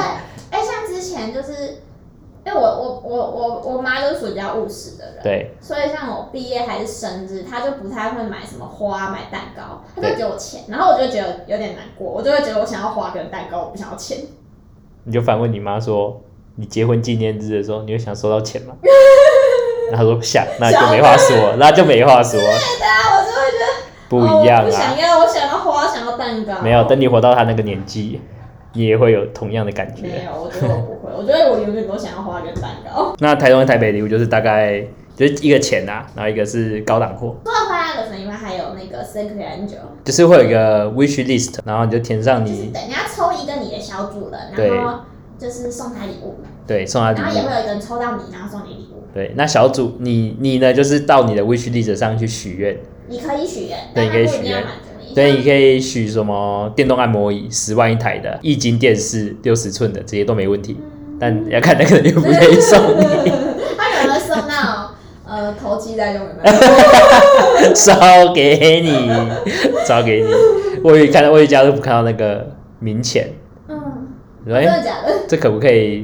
Speaker 2: 对？哎、像之前就是，因为我我我我我妈就是属于比较务实的人，
Speaker 1: 对，
Speaker 2: 所以像我毕业还是生日，她就不太会买什么花、买蛋糕，她
Speaker 1: 对
Speaker 2: 就给我钱，然后我就觉得有点难过，我就会觉得我想要花跟蛋糕，我不想要钱。
Speaker 1: 你就反问你妈说，你结婚纪念日的时候，你会想收到钱 吗？然后她说想，那就没话说，那就没话 说，
Speaker 2: 对啊，我就会觉得
Speaker 1: 不
Speaker 2: 哦
Speaker 1: 一样
Speaker 2: 我不
Speaker 1: 啊
Speaker 2: 想。要，我想要花，想要蛋糕。
Speaker 1: 没有，等你活到她那个年纪，你也会有同样的感
Speaker 2: 没
Speaker 1: 觉。
Speaker 2: 有，我觉得我不会，我觉得我永远都想要花跟蛋糕。
Speaker 1: 那台东跟台北礼物就是大概就是一个钱啊，然后一个是高档货，
Speaker 2: 除了花的粉以外，还有那个 Secret Angel。
Speaker 1: 就是会有一个 wish list，然后你就填上
Speaker 2: 就是
Speaker 1: 你
Speaker 2: 等人家抽一个你的小主人，
Speaker 1: 嗯对
Speaker 2: 然后就是送他礼物，
Speaker 1: 对送她礼
Speaker 2: 然后也
Speaker 1: 物
Speaker 2: 会。有一个人抽到你，然后送你礼物。
Speaker 1: 对，那小组你你呢，就是到你的 wish list 上去许愿，
Speaker 2: 你可以许愿，
Speaker 1: 对
Speaker 2: 但
Speaker 1: 你
Speaker 2: 他不
Speaker 1: 可以
Speaker 2: 一
Speaker 1: 许
Speaker 2: 定要
Speaker 1: 愿
Speaker 2: 满足你。
Speaker 1: 对，
Speaker 2: 像
Speaker 1: 你可以许什么电动按摩椅十万一台的，液晶电视六十寸的，这些都没问题，但要看那个人愿不愿意送你，
Speaker 2: 他可能会送那种呃投机在用有没 有？
Speaker 1: 烧给你，烧给你。我一看到我一家都看到那个明钱，
Speaker 2: 嗯，
Speaker 1: 我说
Speaker 2: 真
Speaker 1: 哎，
Speaker 2: 的假的？
Speaker 1: 这可不可以，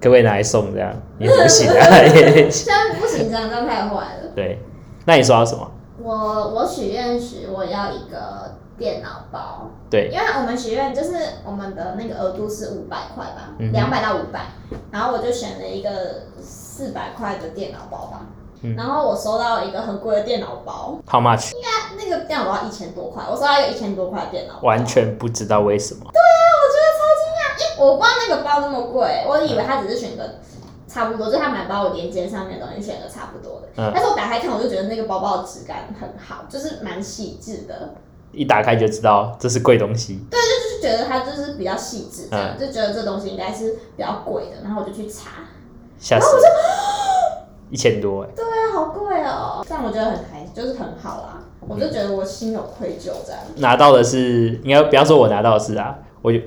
Speaker 1: 可不可以拿来送这样？也不行啊，也
Speaker 2: 现在不行，这样这样太坏了。
Speaker 1: 对。那你收到什么？
Speaker 2: 我我许愿时我要一个电脑包，
Speaker 1: 对，
Speaker 2: 因为我们许愿就是我们的那个额度是五百块吧，
Speaker 1: 嗯哼
Speaker 2: 两百、到五百，然后我就选了一个四百块的电脑包吧。
Speaker 1: 嗯
Speaker 2: 然后我收到一个很贵的电脑包，
Speaker 1: ，How much？
Speaker 2: 那那个电脑包一千多块，我收到一个一千多块的电脑包，
Speaker 1: 完全不知道为什么。
Speaker 2: 我不知道那个包那么贵，我以为他只是选个差不多，就是他买包我连接上面的东西选个差不多的。
Speaker 1: 嗯
Speaker 2: 但是我打开看，我就觉得那个包包的质感很好，就是蛮细致的，
Speaker 1: 一打开就知道这是贵东西，
Speaker 2: 就是觉得它就是比较细致，这
Speaker 1: 嗯
Speaker 2: 样、就觉得这东西应该是比较贵的。然后我就去查，
Speaker 1: 吓死了！一千多哎、
Speaker 2: 对啊，好贵哦，但我觉得很开心，就是很好啦。我就觉得我心有愧疚这样。
Speaker 1: 拿到的是应该不要说我拿到的是啊，我就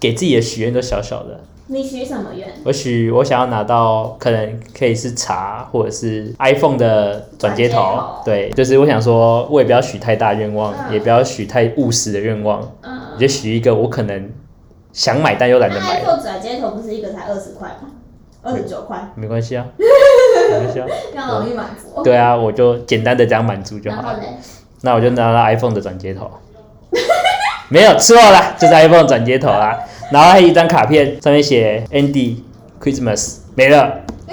Speaker 1: 给自己的许愿都小小的。
Speaker 2: 你许什么愿？
Speaker 1: 我许我想要拿到，可能可以是茶或者是 iPhone 的转
Speaker 2: 转接
Speaker 1: 接头
Speaker 2: 头，
Speaker 1: 对，就是我想说，我也不要许太大愿望，
Speaker 2: 嗯
Speaker 1: 也不要许太务实的愿望，
Speaker 2: 嗯
Speaker 1: 我，就许一个我可能想买但又懒得
Speaker 2: 那
Speaker 1: 买，
Speaker 2: iPhone 转接头不是一个才二十块吗？二十九块，
Speaker 1: 没关系啊，没 关系啊，
Speaker 2: 这样容易满足。
Speaker 1: 对啊，我就简单的这样满足就好
Speaker 2: 然后
Speaker 1: 了。
Speaker 2: 嘞，
Speaker 1: 那我就拿到 iPhone 的转接头， 没有错啦，就是 iPhone 转接头啦。然后还有一张卡片，上面写 Andy Christmas，没了，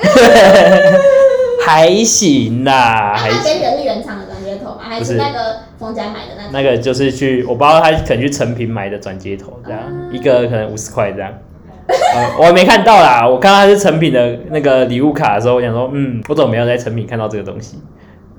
Speaker 1: 还行啦，
Speaker 2: 那
Speaker 1: 还
Speaker 2: 他
Speaker 1: 行。
Speaker 2: 给你的是原厂的转接头吗？还
Speaker 1: 不
Speaker 2: 是
Speaker 1: 是
Speaker 2: 那个冯家买的那种？
Speaker 1: 那个就是去，我不知道他可能去成品买的转接头，这样、一个可能五十块这样。呃我还没看到啦，我看到他是成品的那个礼物卡的时候，我想说，嗯，我怎么没有在成品看到这个东西？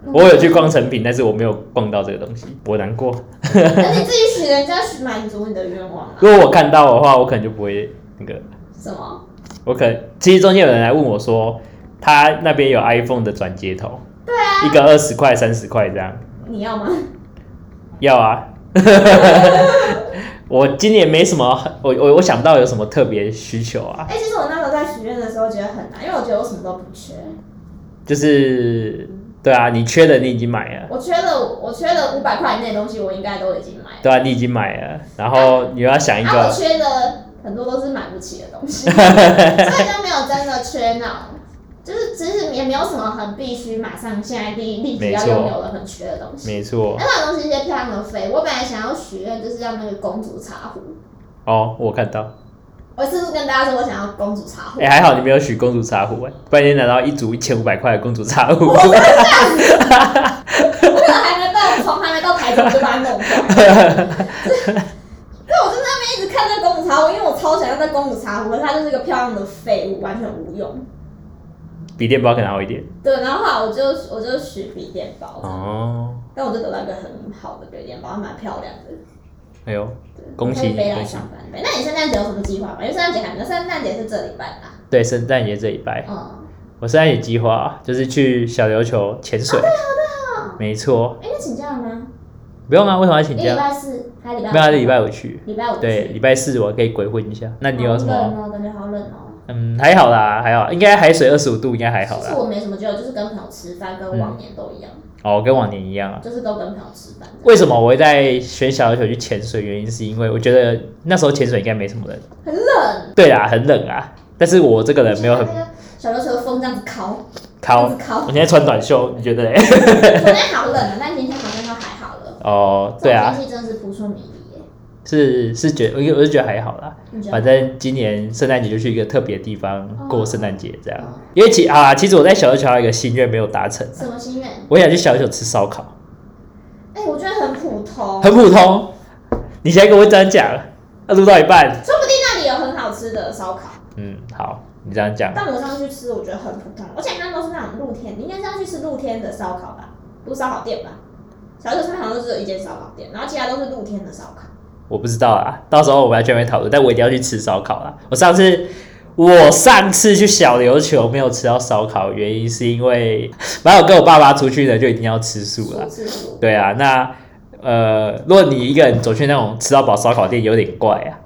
Speaker 1: 我有去逛成品，但是我没有逛到这个东西，我难过。
Speaker 2: 而且自己许人家许满足你的愿望啊？
Speaker 1: 如果我看到的话，我可能就不会那个，
Speaker 2: 什么？
Speaker 1: 我可能其实中间有人来问我说，他那边有 iPhone 的转接头，
Speaker 2: 对啊，
Speaker 1: 一个二十块、三十块这样，
Speaker 2: 你要 吗？
Speaker 1: 要啊。我今年没什么，我我我想不到有什么特别需求啊，
Speaker 2: 哎、其实我那时候在许愿的时候觉得很难，因为我觉得我什么都不缺，
Speaker 1: 就是对啊，你缺的你已经买了，
Speaker 2: 我缺了我缺了五百块以内的东西，我应该都已经买了，
Speaker 1: 对啊，你已经买了，然后你又要想一
Speaker 2: 啊，我
Speaker 1: 个，
Speaker 2: 缺的很多都是买不起的东 西，所以就没有真的缺那种，就是其实也没有什么很必须马上现在立立即要
Speaker 1: 没错
Speaker 2: 拥有的很缺的东西。
Speaker 1: 没错
Speaker 2: 那，那种东西一些漂亮的飞，我本来想要许愿就是要那个公主茶壶，
Speaker 1: 哦，我看到，
Speaker 2: 我是不是跟大家说我想要公主茶 壶
Speaker 1: 哎、？还好你没有许公主茶壶、哎，不然你拿到一组一千五百块的公主茶壶，
Speaker 2: 我可能还没到，从还没到台中我就把它 弄坏。对，我就在那边一直看那公主茶壶，因为我超想要那公主茶壶，可是它就是一个漂亮的废物，完全无用。
Speaker 1: 比电包可能好一点。
Speaker 2: 对，然后后来我就我就许笔电包，
Speaker 1: 哦，
Speaker 2: 但我就得到一个很好的笔电包，还蛮漂亮的。
Speaker 1: 哎呦，
Speaker 2: 对
Speaker 1: 恭喜
Speaker 2: 可
Speaker 1: 你
Speaker 2: 以背来
Speaker 1: 恭喜
Speaker 2: 上班背。那你圣诞节有什么计划吗？因为圣诞节还没有，圣诞节是这礼拜啊吧？
Speaker 1: 对，圣诞节这礼拜，
Speaker 2: 嗯，
Speaker 1: 我圣诞节计划啊就是去小琉球潜
Speaker 2: 哦
Speaker 1: 水，没错，
Speaker 2: 哎，那请假了吗？
Speaker 1: 不用啊，为什么要请
Speaker 2: 因为礼
Speaker 1: 假？
Speaker 2: 拜四还礼拜五
Speaker 1: 没有啊，礼拜五去，
Speaker 2: 礼拜五
Speaker 1: 对，礼拜四我可以鬼混一下。那
Speaker 2: 那
Speaker 1: 你有什么？
Speaker 2: 冷哦，感觉好冷哦。
Speaker 1: 嗯，还好啦，还好，应该海水二十五度，应该还好
Speaker 2: 其实
Speaker 1: 啦。
Speaker 2: 我没什么觉得，就是跟朋友吃饭，跟往年都一样，
Speaker 1: 哦，跟往年一样啊。
Speaker 2: 就是都跟朋友吃饭。
Speaker 1: 为什么我会在选小琉球去潜水？原因是因为我觉得那时候潜水应该没什么人。
Speaker 2: 很冷，
Speaker 1: 对啦，很冷啊，但是我这个人没有很
Speaker 2: 那个小琉球的风这样子烤，这
Speaker 1: 靠
Speaker 2: 样。子烤
Speaker 1: 我。现在穿短袖，你 觉得嘞？
Speaker 2: 昨天好冷啊，但今天好像都还好了。
Speaker 1: 哦，对
Speaker 2: 这
Speaker 1: 啊，
Speaker 2: 种天气真的是扑朔迷离耶。
Speaker 1: 是是觉我我是觉得还好啦。
Speaker 2: 你觉得？
Speaker 1: 反正今年圣诞节就去一个特别的地方
Speaker 2: 哦
Speaker 1: 过圣诞节，这样
Speaker 2: 哦。
Speaker 1: 因为其啊，其实我在小琉球还有一个心愿没有达成，
Speaker 2: 什么心愿？
Speaker 1: 我想去小琉球吃烧烤，
Speaker 2: 哎，我觉得很普通，
Speaker 1: 很普通。你现在跟我这样讲，要录到一半，
Speaker 2: 说不定那里有很好吃的烧烤，
Speaker 1: 嗯，好，你这样讲，
Speaker 2: 但我上次去吃，我觉得很普通，而且它都是那种露天，你应该是要去吃露天的烧烤吧，不是烧烤店吧？小琉球上面好像就只有一间烧烤店，然后其他都是露天的烧烤。
Speaker 1: 我不知道啦，到时候我们来专门讨论，但我一定要去吃烧烤啦。我上次我上次去小琉球没有吃到烧烤，原因是因为 反正我跟我爸爸出去呢，就一定要吃素啦。
Speaker 2: 吃素，
Speaker 1: 对啊，那呃，如果你一个人走去那种吃到饱烧烤店，有点怪啊，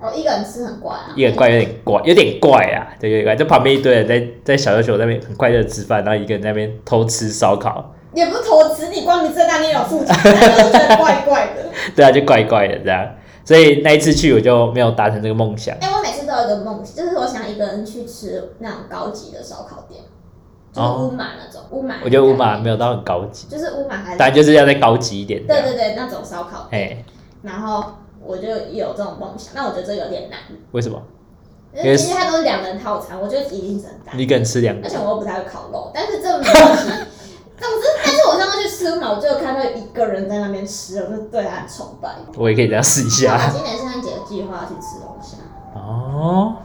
Speaker 2: 哦，一个人吃很怪啊。
Speaker 1: 一个人怪有点怪，有点怪啊，对，有点怪。就旁边一堆人在在小琉球那边很快乐地吃饭，然后一个人在那边偷吃烧烤，
Speaker 2: 也不是投资，你光你这那你有付钱，那就觉得怪怪的。
Speaker 1: 对啊，就怪怪的这样。所以那一次去我就没有达成这个梦想。
Speaker 2: 哎、我每次都有一个梦，就是我想一个人去吃那种高级的烧烤店，就是
Speaker 1: 哦
Speaker 2: 乌马那种。乌马、
Speaker 1: 我觉得乌马没有到很高级，
Speaker 2: 就是乌马还是
Speaker 1: 当然就是要再高级一点。
Speaker 2: 对对对那种烧烤
Speaker 1: 哎、
Speaker 2: 店，然后我就有这种梦想，那我觉得这有点难，
Speaker 1: 为什么？
Speaker 2: 因为其实它都是两人套餐，我觉得一定是很大，
Speaker 1: 你一个人吃两
Speaker 2: 而
Speaker 1: 个？
Speaker 2: 且我又不太会烤肉，但是这没问题。但我是，但是我上次去吃嘛，我就有看到一个人在那边吃，我就对他很崇拜。
Speaker 1: 我也可以这样试一
Speaker 2: 那我
Speaker 1: 下。
Speaker 2: 今年圣诞节计划要去吃龙虾，
Speaker 1: 哦，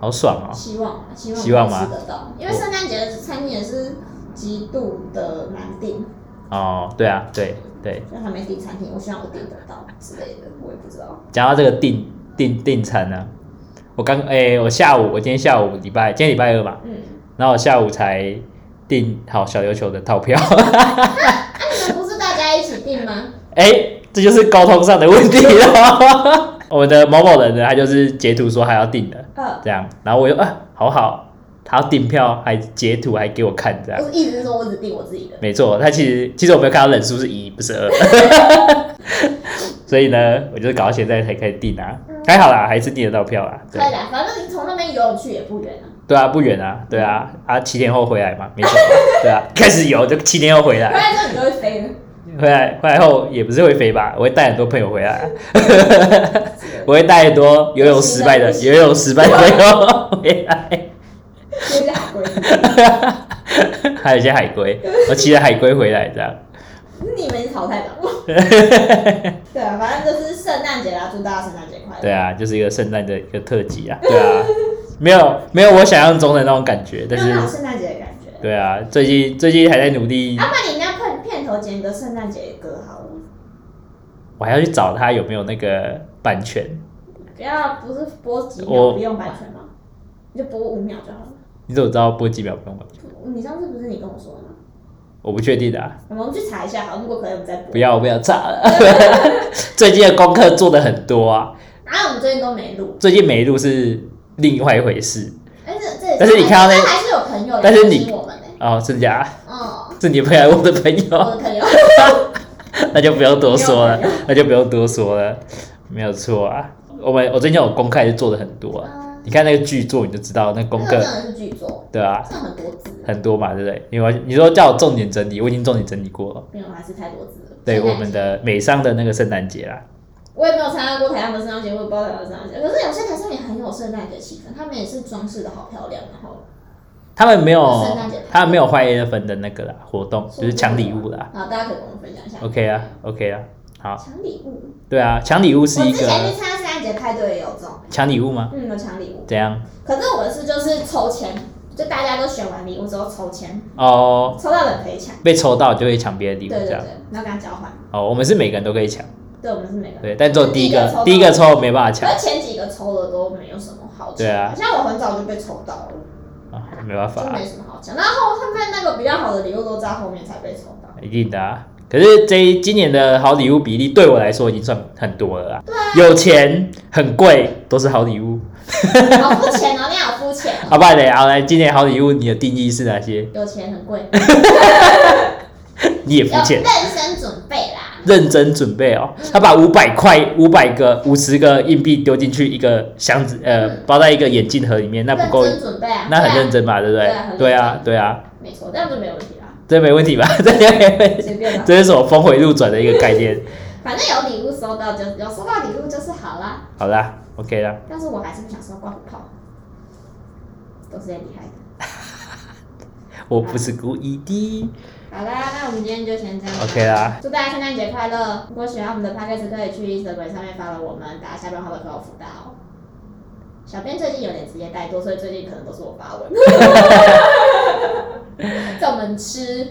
Speaker 1: 好爽哦！
Speaker 2: 希望啊希望
Speaker 1: 希望
Speaker 2: 可以
Speaker 1: 吗
Speaker 2: 吃得到，因为圣诞节的餐厅也是极度的难订，
Speaker 1: 哦，对啊，对对。
Speaker 2: 就还没订餐厅，我希望我订得到之类的，我也不知道。
Speaker 1: 讲到这个订订订餐呢、啊我刚哎、我下午我今天下午礼拜今天礼拜二嘛，
Speaker 2: 嗯，
Speaker 1: 然后我下午才订好小琉球的套票。
Speaker 2: 那、啊你们不是大家一起订吗？
Speaker 1: 哎、这就是沟通上的问题了。 我们的某某人呢，他就是截图说他要订的，
Speaker 2: 呃，
Speaker 1: 这样，然后我就啊，好好，他要订票还截图还给我看，这样。
Speaker 2: 我一直是说我只订我自己的，
Speaker 1: 没错，他其实其实我没有看到人数是一，不是二， 所以呢，我就是搞到现在才开始订啊，还好啦，还是订得到票啦，对
Speaker 2: 快啦，反正你从那边游泳去也不远啊。
Speaker 1: 对啊，不远啊，对啊，啊七天后回来嘛，没什么啊，对啊，开始游就七天后回
Speaker 2: 回
Speaker 1: 来，
Speaker 2: 来之后你就会飞了，
Speaker 1: 回来回来后也不是会飞吧，我会带很多朋友回来，啊我会带很多游泳失败的游泳失败的朋友回来，
Speaker 2: 有点海龟。
Speaker 1: 还有一些海龟，我骑着海龟回来这样，
Speaker 2: 你们是淘汰吧？ 对啊，反正就是圣诞节啦，祝大家圣诞节快乐。
Speaker 1: 对啊，就是一个圣诞的一个特辑啊，对啊，没有没有我想象中的那种感觉，但
Speaker 2: 没有那种
Speaker 1: 是
Speaker 2: 圣诞节的感觉。
Speaker 1: 对啊，最近最近还在努力
Speaker 2: 啊，，不然你那片片头剪个圣诞节歌好了，
Speaker 1: 我还要去找他有没有那个版权。
Speaker 2: 不要不是播几秒
Speaker 1: 我
Speaker 2: 不用版权吗？你就播五秒就好了。
Speaker 1: 你怎么知道播几秒不用版权？
Speaker 2: 你上次不是你跟我说的吗？
Speaker 1: 我不确定的、啊，
Speaker 2: 我们去查一下，好，如果可以我们再播。
Speaker 1: 不。要不要炸 了。最近的功课做的很多啊，
Speaker 2: 然后我们最近都没录，
Speaker 1: 最近每一路是另外一回事
Speaker 2: 但是这
Speaker 1: 但是你看到那
Speaker 2: 还是有朋友，
Speaker 1: 但是你
Speaker 2: 我们呢、
Speaker 1: 哦，真假？
Speaker 2: 嗯，
Speaker 1: 是你朋友还是我的朋
Speaker 2: 我
Speaker 1: 友，
Speaker 2: 的朋友，
Speaker 1: 那就不用多说了
Speaker 2: 没有朋，
Speaker 1: 那就不用多说了，没有错啊。我们我最近有功课还是做的很多啊，
Speaker 2: 嗯，
Speaker 1: 你看那个剧作你就知道那功
Speaker 2: 那个真
Speaker 1: 课
Speaker 2: 的是巨作，
Speaker 1: 对啊
Speaker 2: 上很多字，
Speaker 1: 很多嘛，对不对？你完你说叫我重点整理，我已经重点整理过了。
Speaker 2: 没有还是太多字了。
Speaker 1: 对
Speaker 2: 现在
Speaker 1: 我们的美商的那个圣诞节啦，
Speaker 2: 我也没有参加过台上的圣诞节，我也不知道台上的圣诞节。可是有些台上也很有圣诞节气氛，他们也是装饰的好漂亮，然后
Speaker 1: 他们没有
Speaker 2: 圣诞节派对
Speaker 1: 他们没有坏 A 分的那个啦活动，就是抢礼物啦。
Speaker 2: 然后大家可以跟我们分享一下。
Speaker 1: OK 啊，OK 啊，好，
Speaker 2: 抢礼物，
Speaker 1: 对啊，抢礼物是
Speaker 2: 我
Speaker 1: 一
Speaker 2: 之前
Speaker 1: 个
Speaker 2: 去参加圣诞节派对也有这种，
Speaker 1: 抢礼物吗？
Speaker 2: 嗯，有抢礼物。
Speaker 1: 怎样？
Speaker 2: 可是我的是就是抽签，就大家都选完礼物之后抽签，
Speaker 1: 哦，
Speaker 2: 抽到的可以抢。
Speaker 1: 被抽到就会抢别的礼
Speaker 2: 对
Speaker 1: 物
Speaker 2: 对
Speaker 1: 这样。
Speaker 2: 对，然后跟他交换。
Speaker 1: 哦，我们是每个人都可以抢，
Speaker 2: 对，我们是每个人。
Speaker 1: 对，但只有第一个
Speaker 2: 第
Speaker 1: 第
Speaker 2: 一
Speaker 1: 一
Speaker 2: 个
Speaker 1: 个
Speaker 2: 抽
Speaker 1: 抽没办法
Speaker 2: 可
Speaker 1: 抢
Speaker 2: 是前几个抽的都没有什么好抢，
Speaker 1: 对啊
Speaker 2: 像我很早就被抽到了，
Speaker 1: 啊，没办法
Speaker 2: 就
Speaker 1: 啊，
Speaker 2: 没什么好抢。然后他们那个比较好的礼物都在后面才被抽到。
Speaker 1: 一定的啊。可是这一今年的好礼物比例对我来说已经算很多了啦，
Speaker 2: 啊
Speaker 1: 有钱很贵都是好礼物， 啊
Speaker 2: 好肤浅哦，你好肤浅哦。
Speaker 1: 好不好嘞？好来，今年好礼物你的定义是哪些？
Speaker 2: 有钱很贵，
Speaker 1: 你也肤
Speaker 2: 要
Speaker 1: 浅
Speaker 2: 认，真准备啦。
Speaker 1: 认真准备哦。他把五百块、五百个、五十个硬币丢进去一个箱子，呃，包在一个眼镜盒里面，那不够，
Speaker 2: 认真准备啊，
Speaker 1: 那很认
Speaker 2: 真，
Speaker 1: 真吧，对不
Speaker 2: 对啊很认
Speaker 1: 对？
Speaker 2: 真
Speaker 1: 对啊，对啊，
Speaker 2: 没错，这样就没有问 题啦，
Speaker 1: 这没问题吧？这没问题
Speaker 2: 随便啦。
Speaker 1: 这是什么峰回路转的一个概念？
Speaker 2: 反正有礼物收到就有收到礼物就是好啦，
Speaker 1: 好啦，OK 啦，
Speaker 2: 但是我还是不想收刮胡泡，都是些厉害的。
Speaker 1: 我不是故意的。
Speaker 2: 好啦，那我们今天就先这样。
Speaker 1: OK 啦，
Speaker 2: 祝大家圣诞节快乐！如果喜欢我们的 podcast，可以去 Instagram 上面发了我们打下班后的客户辅导。小编最近有点职业怠惰，所以最近可能都是我发 文。在我们吃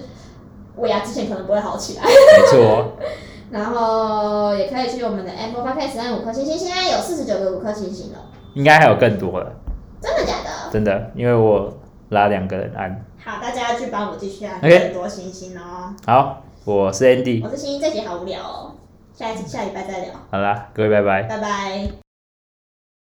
Speaker 2: 尾牙之前，可能不会好起来。
Speaker 1: 没错，哦
Speaker 2: 然后也可以去我们的 Apple Podcast 按五颗星星，现在有四十九个五颗星星了，
Speaker 1: 应该还有更多了，
Speaker 2: 真的假的？
Speaker 1: 真的，因为我拉两个人按。
Speaker 2: 好，大家去帮我继续按
Speaker 1: OK
Speaker 2: 更多星星哦。
Speaker 1: 好，我是 Andy，
Speaker 2: 我是星星，这集好无聊哦，下一次下礼拜再聊，
Speaker 1: 好啦，各位拜拜。
Speaker 2: 拜拜。